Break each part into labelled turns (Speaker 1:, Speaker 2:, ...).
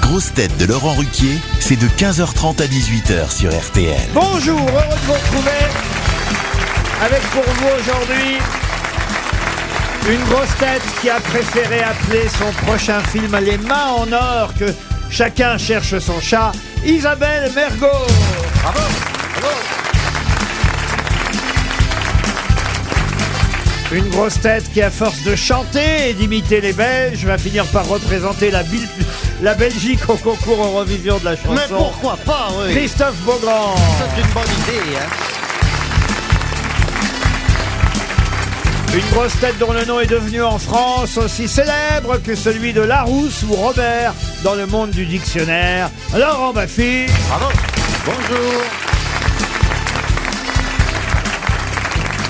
Speaker 1: grosses têtes de Laurent Ruquier, c'est de 15h30 à 18h sur RTL.
Speaker 2: Bonjour, heureux de vous retrouver avec pour vous aujourd'hui une grosse tête qui a préféré appeler son prochain film Les mains en or que chacun cherche son chat, Isabelle Mergot. Bravo. Une grosse tête qui, à force de chanter et d'imiter les Belges, va finir par représenter la, Bil- la Belgique au concours Eurovision de la chanson.
Speaker 3: Mais pourquoi pas, oui.
Speaker 2: Christophe Beaugrand.
Speaker 3: C'est une bonne idée, hein.
Speaker 2: Une grosse tête dont le nom est devenu en France aussi célèbre que celui de Larousse ou Robert dans le monde du dictionnaire, Laurent Baffy.
Speaker 3: Bravo. Bonjour.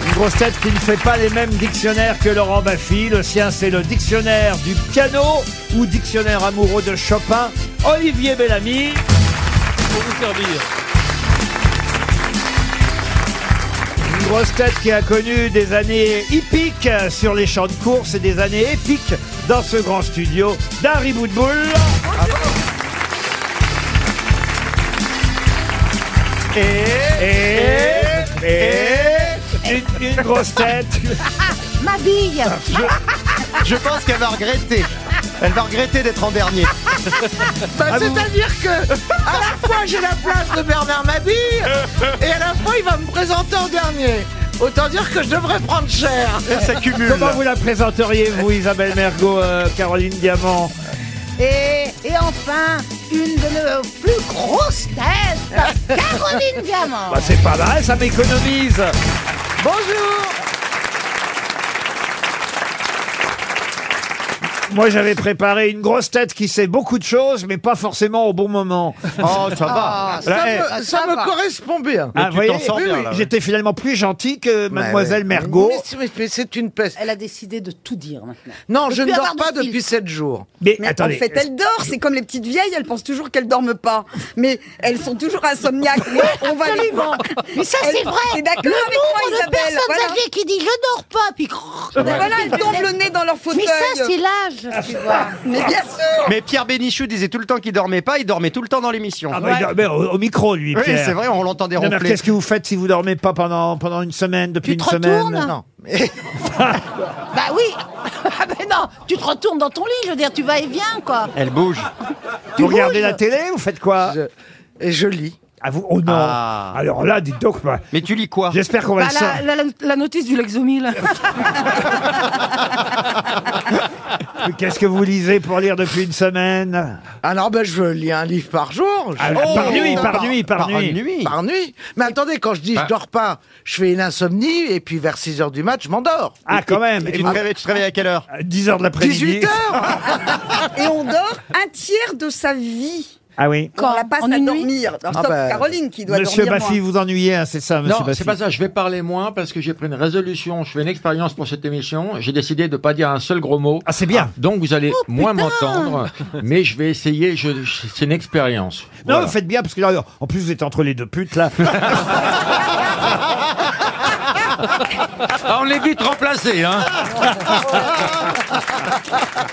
Speaker 2: Une grosse tête qui ne fait pas les mêmes dictionnaires que Laurent Baffy. Le sien, c'est le dictionnaire du piano ou dictionnaire amoureux de Chopin, Olivier Bellamy. Une grosse tête qui a connu des années hippiques sur les champs de course et des années épiques dans ce grand studio d'Harry Boudboul. Et, et, une, une grosse tête.
Speaker 4: Ma bille
Speaker 3: Je pense qu'elle va regretter. Elle va regretter d'être en dernier.
Speaker 2: Ah
Speaker 5: Bah, C'est-à-dire que à la fois j'ai la place de Bernard Mabille et à la fois il va me présenter en dernier. Autant dire que je devrais prendre cher.
Speaker 3: Ça s'accumule.
Speaker 2: Comment vous la présenteriez, vous, Isabelle Mergot, euh, Caroline Diamant
Speaker 4: et, et enfin, une de nos plus grosses têtes, Caroline Diamant
Speaker 2: Bah, c'est pas mal, ça m'économise.
Speaker 5: Bonjour
Speaker 2: Moi, j'avais préparé une grosse tête qui sait beaucoup de choses, mais pas forcément au bon moment.
Speaker 3: Oh, ça va.
Speaker 5: Ça,
Speaker 3: Là, eh,
Speaker 5: me, ça
Speaker 4: ça
Speaker 5: me
Speaker 4: va.
Speaker 5: correspond bien.
Speaker 2: Ah,
Speaker 3: tu
Speaker 2: vous voyez,
Speaker 3: t'en sors
Speaker 2: oui,
Speaker 3: bien,
Speaker 2: oui,
Speaker 3: là, ouais.
Speaker 2: J'étais finalement plus gentil que Mademoiselle Mergot.
Speaker 5: Mais c'est- mais- mais c'est une peste.
Speaker 6: Elle a décidé de tout dire maintenant.
Speaker 5: Non,
Speaker 4: peut
Speaker 5: je ne
Speaker 4: plus
Speaker 5: dors
Speaker 4: avoir de
Speaker 5: pas
Speaker 4: fil.
Speaker 5: depuis 7 jours.
Speaker 2: Mais,
Speaker 7: Mais
Speaker 2: attendez.
Speaker 7: en fait, elle dort. C'est comme les petites vieilles, elles pensent toujours qu'elles dorment pas. Mais elles sont toujours insomniaques. Mais on va les voir.
Speaker 4: Mais ça,
Speaker 7: Elle-
Speaker 4: c'est vrai
Speaker 7: T'es d'accord
Speaker 4: Le
Speaker 7: avec moi,
Speaker 4: nombre de
Speaker 7: Isabelle,
Speaker 4: personnes
Speaker 7: voilà.
Speaker 4: âgées qui disent « je dors pas », puis... crrr,
Speaker 7: Mais voilà, elles tombent le nez dans leur fauteuil.
Speaker 4: Mais ça, c'est l'âge,
Speaker 2: Ah,
Speaker 4: tu vois
Speaker 7: Mais bien sûr
Speaker 3: Mais Pierre Bénichou disait tout le temps qu'il dormait pas, il dormait tout le temps dans l'émission.
Speaker 2: Ah, bah, il dormait au, au micro, lui.
Speaker 3: oui,
Speaker 2: Pierre.
Speaker 3: c'est vrai, on l'entendait
Speaker 2: Non, mais alors,
Speaker 3: ronfler.
Speaker 2: Qu'est-ce que vous faites si vous dormez pas pendant, pendant une semaine, depuis
Speaker 4: Tu te
Speaker 2: une semaine
Speaker 4: retournes
Speaker 5: Non.
Speaker 4: Bah oui Ah ben non, tu te retournes dans ton lit, je veux dire, tu vas et viens, quoi
Speaker 3: Elle bouge.
Speaker 2: Vous
Speaker 4: Tu
Speaker 2: regardez
Speaker 4: bouges.
Speaker 2: la télé Vous faites quoi
Speaker 5: Je- Et je lis.
Speaker 2: ah, vous, Oh non
Speaker 3: Ah.
Speaker 2: Alors là, dites donc, bah,
Speaker 3: Mais tu lis quoi
Speaker 2: j'espère qu'on va
Speaker 6: Bah,
Speaker 2: le
Speaker 6: la,
Speaker 2: sortir.
Speaker 6: la- la- la notice du Lexomil.
Speaker 2: Qu'est-ce que vous lisez pour lire depuis une semaine
Speaker 5: Alors, ben, je lis un livre par jour. Je-
Speaker 2: Ah, Par nuit, par nuit, par, nuit.
Speaker 5: Par nuit. Mais attendez, quand je dis
Speaker 3: Ah.
Speaker 5: je dors pas, je fais une insomnie et puis vers 6 heures du mat, je m'endors.
Speaker 2: Ah, quand même
Speaker 3: Et tu te réveilles- tu te réveilles à quelle heure
Speaker 2: 10h de l'après-midi.
Speaker 5: 18 heures Ah,
Speaker 7: Et on dort un tiers de sa vie.
Speaker 2: Ah oui.
Speaker 7: Quand on la passe
Speaker 6: En
Speaker 7: à
Speaker 6: une nuit
Speaker 7: dormir. Alors,
Speaker 5: Ah
Speaker 7: sauf
Speaker 5: bah,
Speaker 7: Caroline qui doit
Speaker 2: Monsieur
Speaker 7: dormir.
Speaker 2: Baffy,
Speaker 7: moins.
Speaker 2: vous ennuyez, hein, c'est ça, monsieur
Speaker 8: Non,
Speaker 2: Baffy
Speaker 8: c'est pas ça. Je vais parler moins parce que j'ai pris une résolution. Je fais une expérience pour cette émission. J'ai décidé de pas dire un seul gros mot.
Speaker 2: Ah, c'est bien.
Speaker 8: Donc vous allez moins m'entendre, mais je vais essayer. Je, je- c'est une expérience.
Speaker 2: Non,
Speaker 8: Voilà.
Speaker 2: faites bien, parce que là, en plus, vous êtes entre les deux putes, là.
Speaker 8: Ah, on est vite remplacé, hein.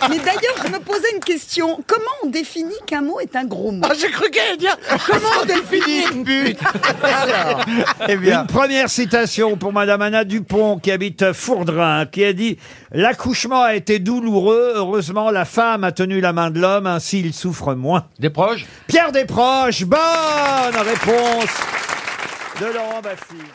Speaker 7: Mais d'ailleurs, je me posais une question. Comment on définit qu'un mot est un gros mot
Speaker 5: Ah, j'ai cru qu'elle allait dire comment on définit une pute Alors,
Speaker 3: Eh
Speaker 2: Une
Speaker 3: bien,
Speaker 2: première citation pour Madame Anna Dupont, qui habite Fourdrin, qui a dit « L'accouchement a été douloureux. Heureusement, la femme a tenu la main de l'homme, ainsi il souffre moins.
Speaker 8: Des proches. »
Speaker 2: Pierre Desproges, bonne réponse de Laurent Baffy.